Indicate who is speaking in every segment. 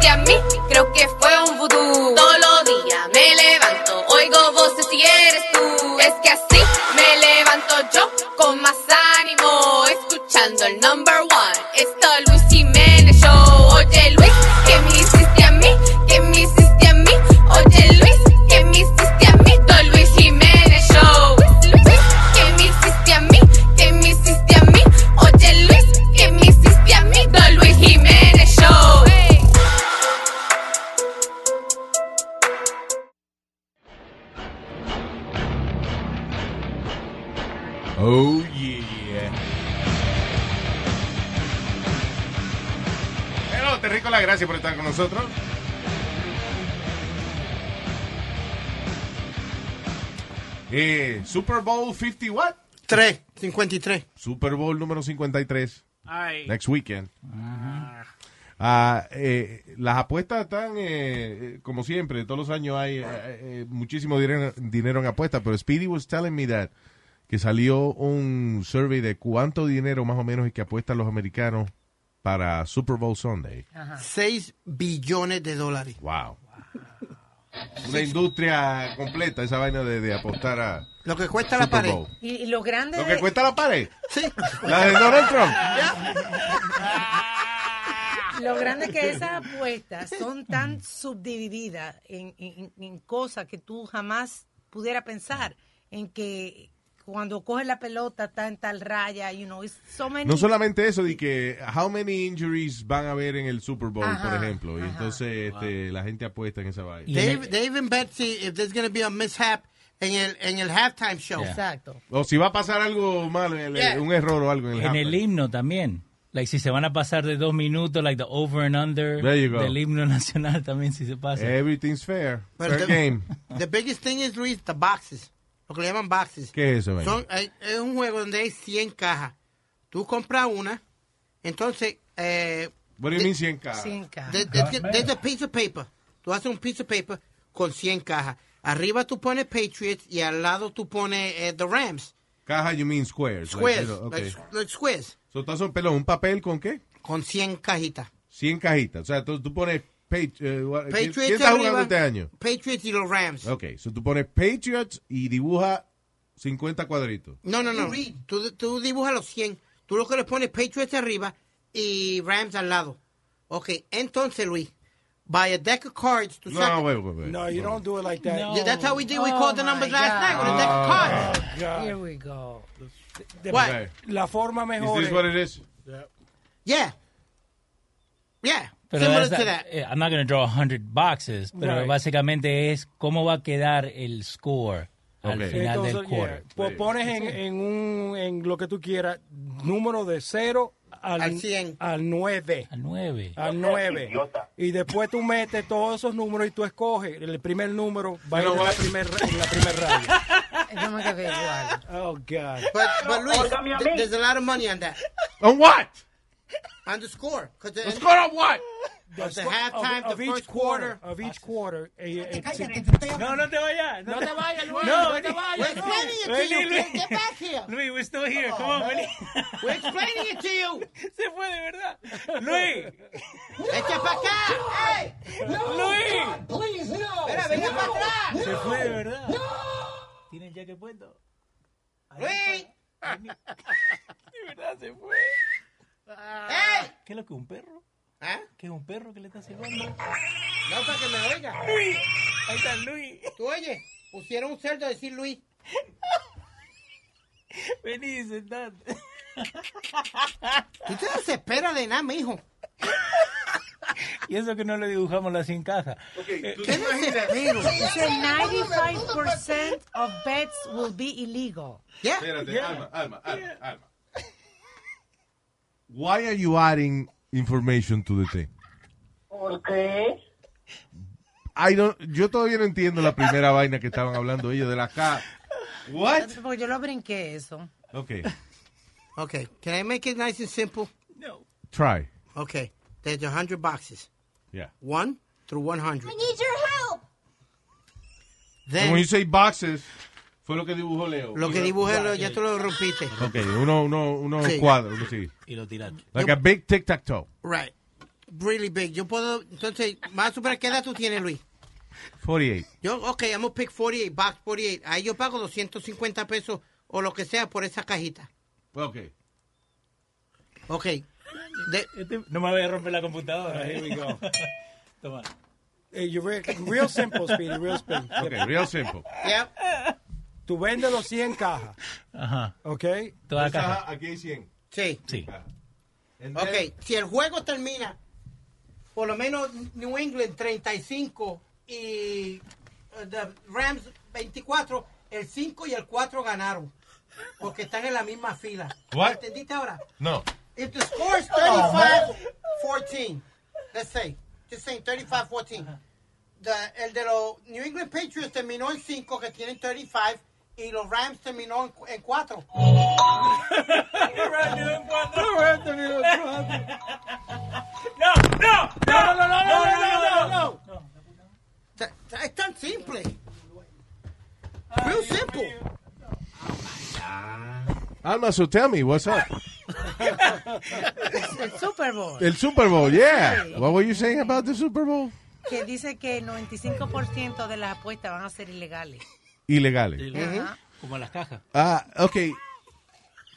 Speaker 1: que a mí creo que fue un vudú. Todos los días me levanto, oigo voces y eres tú. Es que así me levanto yo con más ánimo, escuchando el number one. Esto es Luis Jiménez Show. Oye Luis, que me hiciste a mí, que me hiciste a mí. Oye Luis, que me hiciste a mí. Todo Luis Jiménez Show. Luis, Luis, que me hiciste a mí, que me hiciste a mí. Oye Luis, que me hiciste a mí. Todo Luis Jiménez Show.
Speaker 2: Oh yeah. Pero te rico la gracia por estar con nosotros. Eh, Super Bowl 50 what?
Speaker 3: 3, 53.
Speaker 2: Super Bowl número 53.
Speaker 4: Ay.
Speaker 2: Next weekend. Ah, eh, las apuestas están, eh, eh, como siempre, todos los años hay eh, eh, muchísimo dinero, dinero en apuestas, pero Speedy was telling me that que salió un survey de cuánto dinero más o menos es que apuestan los americanos para Super Bowl Sunday.
Speaker 3: Ah. 6 billones de dólares.
Speaker 2: Wow. Una industria completa esa vaina de, de apostar a
Speaker 3: Lo que cuesta la
Speaker 2: Super
Speaker 3: pared.
Speaker 2: Bowl.
Speaker 5: Y, y lo grande
Speaker 2: Lo que
Speaker 5: de-
Speaker 2: cuesta la pared,
Speaker 3: Sí.
Speaker 2: la de Donald Trump.
Speaker 5: Lo grande es que esas apuestas son tan subdivididas en, en- en cosas que tú jamás pudiera pensar en que cuando coges la pelota está en tal raya, you know, it's so many-
Speaker 2: No solamente eso, de que how many injuries van a haber en el Super Bowl, por ejemplo. Y entonces este, la gente apuesta en esa vaina.
Speaker 3: They, they even bet see if there's going to be a mishap en el, en el halftime show.
Speaker 5: Exacto.
Speaker 2: O si va a pasar algo malo, en el-
Speaker 3: Yeah.
Speaker 2: un error o algo en el,
Speaker 6: En el
Speaker 2: halftime.
Speaker 6: himno también. Like, si se van a pasar de dos minutos, like the over and under
Speaker 2: There you go. Eh.
Speaker 6: del himno nacional también, si se pasa.
Speaker 2: Everything's fair.
Speaker 3: Pero
Speaker 2: Fair
Speaker 3: the-
Speaker 2: game.
Speaker 3: The biggest thing is, Luis, the boxes. Lo que le llaman boxes.
Speaker 2: ¿Qué es eso, vaina?
Speaker 3: Son- hay- es un juego donde hay 100 cajas. Tú compras una, entonces... Eh,
Speaker 2: What do you mean 100 caras?
Speaker 5: Cinca.
Speaker 3: de- de- de- There's a piece of paper. Tú haces un piece of paper con 100 cajas. Arriba tú pones Patriots y al lado tú pones eh, The Rams.
Speaker 2: Caja, you mean squares. like,
Speaker 3: Squares.
Speaker 2: you know, okay.
Speaker 3: like, like squares.
Speaker 2: So, estás un pelón, un papel con qué?
Speaker 3: Con 100 cajitas.
Speaker 2: 100 cajitas. O sea, tú, tú pones... Page, eh, what- ¿Quién
Speaker 3: Patriots
Speaker 2: quién está jugando
Speaker 3: arriba,
Speaker 2: este año?
Speaker 3: Patriots y los Rams.
Speaker 2: Ok, so tú pones Patriots y dibuja 50 cuadritos.
Speaker 3: No, no, no. Tú, tú dibujas los 100. Tú lo que le pones Patriots arriba y Rams al lado. Ok, entonces, Luis, by a deck of cards, tú
Speaker 2: No,
Speaker 3: sacas-
Speaker 2: wait, wait, wait.
Speaker 7: No, you don't do it like that.
Speaker 3: Yeah, that's how we did. We
Speaker 5: Oh,
Speaker 3: called the
Speaker 5: my
Speaker 3: numbers last
Speaker 5: God.
Speaker 3: night with a deck of cards.
Speaker 5: Here we go.
Speaker 7: De-
Speaker 3: What?
Speaker 2: Okay.
Speaker 7: La forma
Speaker 2: Is
Speaker 7: mejor.
Speaker 2: this what it is?
Speaker 3: Yeah. Yeah.
Speaker 6: Pero
Speaker 3: Similar
Speaker 6: that's
Speaker 3: to
Speaker 6: not-
Speaker 3: that.
Speaker 6: eh, I'm not going draw 100 boxes, pero
Speaker 7: Right.
Speaker 6: básicamente es cómo va a quedar el score al
Speaker 2: Ok.
Speaker 6: final
Speaker 7: Entonces,
Speaker 6: del
Speaker 7: yeah,
Speaker 6: quarter.
Speaker 7: pues pones en, en un, en lo que tú quieras, número de 0 al,
Speaker 3: Al 100.
Speaker 7: Al 9.
Speaker 6: A 9.
Speaker 7: Al 9. Y después tú metes todos esos números y tú escoges. El primer número va a ir
Speaker 2: Pero
Speaker 7: en
Speaker 2: va-
Speaker 7: la primer, en la primer raya.
Speaker 5: Yo me quedé igual.
Speaker 7: Oh, God.
Speaker 3: But, but Luis, th- there's a lot of money on that.
Speaker 2: On what?
Speaker 3: On the score. Because the,
Speaker 2: Score on what?
Speaker 3: of the halftime,
Speaker 7: Of- of
Speaker 3: the
Speaker 7: each
Speaker 3: first quarter.
Speaker 7: Of each quarter. Eh, eh, sí.
Speaker 6: No, no te vayas. No te vayas, Luis.
Speaker 7: no te
Speaker 3: We're explaining it to
Speaker 6: Really,
Speaker 3: you.
Speaker 6: Luis?
Speaker 3: Get, get back here.
Speaker 6: Luis, we're still here. Come on, vení.
Speaker 3: We're explaining it to you.
Speaker 6: Se fue de verdad. Luis,
Speaker 3: Echa para acá. Hey.
Speaker 6: Luis.
Speaker 3: Espera, venga para atrás.
Speaker 6: Se fue de verdad. Tienen ya que puesto.
Speaker 3: Luis.
Speaker 6: De verdad se fue.
Speaker 3: Hey.
Speaker 6: ¿Qué es lo que un perro?
Speaker 3: ¿Ah?
Speaker 6: ¿Qué es un perro que le está silbando?
Speaker 3: No, para que me oiga.
Speaker 6: Luis. Ahí está Luis.
Speaker 3: Tú oye, pusieron un cerdo a decir Luis.
Speaker 6: Vení, sentate.
Speaker 3: Tú te desesperas de nada, mijo.
Speaker 6: Y eso que no le dibujamos las 100 cajas.
Speaker 2: Eh,
Speaker 3: Te desesperas.
Speaker 5: It's a 95% of bets will be illegal.
Speaker 3: Yeah.
Speaker 2: Espérate, Alma, Alma, Alma, Alma. Why are you adding information to the thing?
Speaker 8: ¿Por qué?
Speaker 2: I don't, yo todavía no entiendo la primera vaina que estaban hablando ellos de la K. What?
Speaker 5: Porque yo lo brinqué eso.
Speaker 2: Okay,
Speaker 3: Okay. Can I make it nice and simple?
Speaker 2: try.
Speaker 3: Okay. There's 100 boxes.
Speaker 2: Yeah.
Speaker 3: 1 through 100.
Speaker 8: Need your help.
Speaker 2: And when
Speaker 3: Then,
Speaker 2: you say boxes, fue lo que dibujó Leo.
Speaker 3: Eh. lo que dibujé, lo- ya tú lo rompiste.
Speaker 2: Okay, uno, uno, uno
Speaker 3: Sí.
Speaker 2: cuadro, sí.
Speaker 6: Y lo tiraste.
Speaker 2: Like a big tic tac toe.
Speaker 3: Right. really big. Yo puedo, entonces, más o menos, ¿qué edad tú tienes, Luis?
Speaker 2: 48.
Speaker 3: Yo, ok, I'm gonna pick 48, box 48. Ahí yo pago 250 pesos o lo que sea por esa cajita.
Speaker 2: Ok.
Speaker 3: Ok. De-
Speaker 6: Este- no me voy a romper la computadora. Here we go. Toma.
Speaker 7: Eh, you re- real simple, Speedy, real simple.
Speaker 2: Ok, real simple.
Speaker 3: yep.
Speaker 7: Tú vendes los 100 cajas,
Speaker 6: Ajá.
Speaker 7: ¿ok?
Speaker 6: Toda la caja.
Speaker 2: Aquí hay 100.
Speaker 3: Sí.
Speaker 6: Sí.
Speaker 3: Ok, si el juego termina, por lo menos New England 35 y uh, the Rams 24, el 5 y el 4 ganaron. Porque están en la misma fila.
Speaker 2: What?
Speaker 3: ¿Entendiste ahora?
Speaker 2: No.
Speaker 3: If the score is 35 14, let's say, just saying 35 14, The- el de los New England Patriots terminó en 5, que tienen 35, y los Rams terminó en, 4.
Speaker 6: No, no, no, no, no, no,
Speaker 7: no, no, no.
Speaker 3: Es tan simple. Real simple.
Speaker 2: Alma, so tell me, what's up?
Speaker 5: El Super Bowl,
Speaker 2: El Super Bowl, yeah. What were you saying about the Super Bowl?
Speaker 5: que dice que el 95% de las apuestas van a ser ilegales.
Speaker 2: Ilegales.
Speaker 5: Ajá.
Speaker 6: Como las cajas.
Speaker 2: Ah, ok.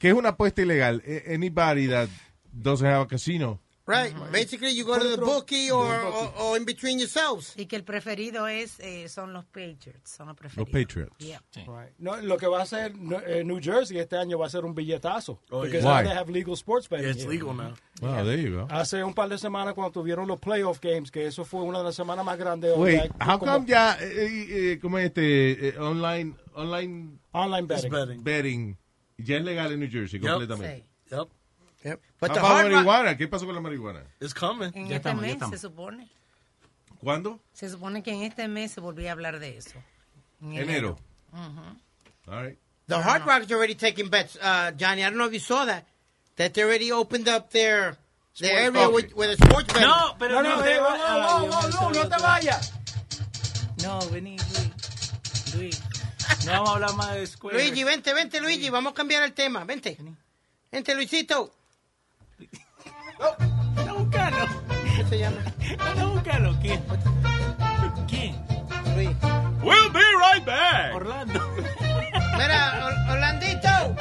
Speaker 2: ¿Qué es una apuesta ilegal? A- Anybody that doesn't have a casino.
Speaker 3: Right. Basically, you go to the bookie or, or, or in between yourselves.
Speaker 5: Y que el preferido es eh, son los Patriots, son los preferidos.
Speaker 2: Patriots.
Speaker 5: Yeah.
Speaker 7: Right. No, lo que va a hacer no, eh, New Jersey este año va a ser un billetazo.
Speaker 4: Oh,
Speaker 2: yeah.
Speaker 7: Porque now
Speaker 2: Why?
Speaker 7: they have legal sports betting.
Speaker 4: Yeah, it's
Speaker 7: here.
Speaker 4: legal now.
Speaker 2: Wow, there you go.
Speaker 7: Hace un par de semanas cuando tuvieron los playoff games, que eso fue una de las semanas más grandes.
Speaker 2: Wait,
Speaker 7: online,
Speaker 2: how
Speaker 7: como
Speaker 2: come ya, eh, eh, como este, eh, online, online
Speaker 7: Online
Speaker 4: It's
Speaker 7: betting.
Speaker 4: betting.
Speaker 2: betting, ya es legal en New Jersey completamente?
Speaker 5: Sí.
Speaker 4: Yep.
Speaker 2: ¿Qué
Speaker 3: Yep. But the
Speaker 2: pasó
Speaker 3: hard
Speaker 2: con la
Speaker 3: rock-
Speaker 2: marihuana? ¿Qué pasó con la marihuana?
Speaker 4: It's coming.
Speaker 5: En este
Speaker 6: Ya estamos, ya
Speaker 5: mes
Speaker 6: estamos.
Speaker 5: se supone.
Speaker 2: ¿Cuándo?
Speaker 5: Se supone que en este mes se volvió a hablar de eso. En
Speaker 2: Enero. All right.
Speaker 3: the Hard Rock's already taking bets, uh, Johnny. I don't know if you saw that. That they already opened up their
Speaker 2: Sports
Speaker 3: their area
Speaker 2: book.
Speaker 3: with, with a sports betting.
Speaker 6: No, pero
Speaker 7: No, eh,
Speaker 6: no.
Speaker 7: no, no, no, no, no, no, no te vayas.
Speaker 6: No, vení, Luis. Luis. No vamos a hablar más de Square.
Speaker 3: Luigi, vente, vente, Luigi. Vamos a cambiar el tema. Vente. Vente, Luisito.
Speaker 6: Anda buscalo.
Speaker 3: ¿Qué se llama?
Speaker 6: Anda buscalo. ¿Quién? ¿Quién?
Speaker 3: Luis.
Speaker 4: We'll be right back.
Speaker 6: Orlando.
Speaker 3: Mira, Or- Orlandito.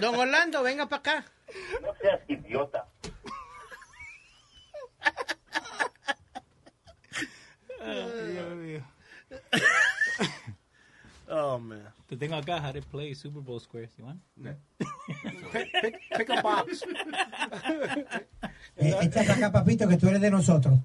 Speaker 3: Don Orlando, venga para acá.
Speaker 9: No seas idiota.
Speaker 4: Oh man.
Speaker 6: Te tengo acá how to play Super Bowl Squares. You want?
Speaker 7: Pick, pick, pick a box.
Speaker 10: Echa para acá, papito, que tú eres de nosotros.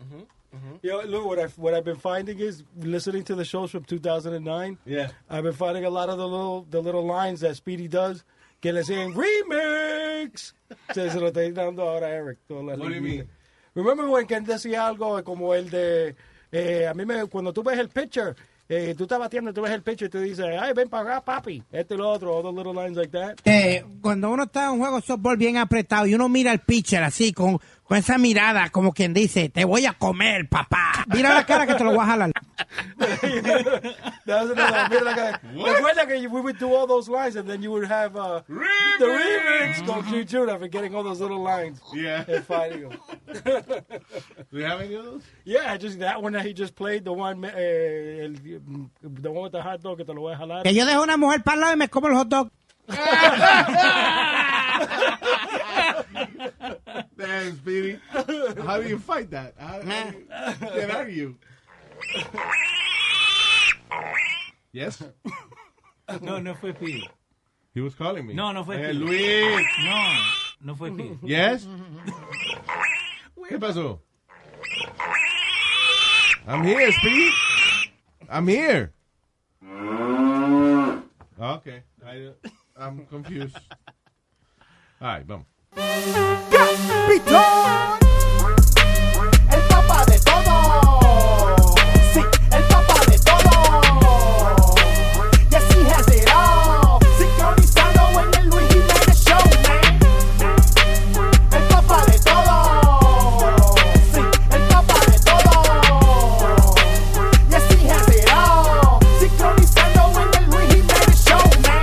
Speaker 7: Mm-hmm. You know, Lou, what, I, what I've been finding is listening to the shows from 2009.
Speaker 4: Yeah.
Speaker 7: I've been finding a lot of the little the little lines that Speedy does. Que le saying remix. Se se lo está dando ahora Eric. todas las
Speaker 2: What do you
Speaker 7: líneas.
Speaker 2: mean?
Speaker 7: Remember when Ken decía algo como el de eh, a mí me cuando tú ves el picture eh, tú estás batiendo, tú ves el pitcher y te dice, ay, ven para acá, papi. Este y lo otro, all the little lines like that.
Speaker 10: Eh, cuando uno está en un juego de softball bien apretado y uno mira al pitcher así, con, con esa mirada, como quien dice, te voy a comer, papá. Mira la cara que te lo voy a jalar.
Speaker 7: That was another mira la cara. Recuerda que we would do all those lines and then you would have uh, the remix con Chuchura for getting all those little lines
Speaker 2: Yeah.
Speaker 7: and finding them.
Speaker 2: Do you have any of those?
Speaker 7: Yeah, just that one that he just played, the one, eh, el, the one with the hot dog que te lo voy a jalar.
Speaker 10: Que yo dejo una mujer para el lado y me como el hot dog.
Speaker 2: Damn, Speedy. How do you fight that? How, how do you, can argue? Yes?
Speaker 6: No, no fue Pidi.
Speaker 2: He was calling me.
Speaker 6: No, no fue
Speaker 2: Eh,
Speaker 6: Speedy.
Speaker 2: Luis.
Speaker 6: No, no fue Pidi.
Speaker 2: Yes? ¿Qué pasó? I'm here, Speedy. I'm here. Okay. I, I'm confused. All right, vamos.
Speaker 11: El papá de todo. Sí, el papá de todo. Y así has it all. Sincronizado en el Luis Jiménez Show, man. El papá de todo. Sí, el papá de todo. Y así has it all. Sincronizado en el Luis Jiménez Show, man.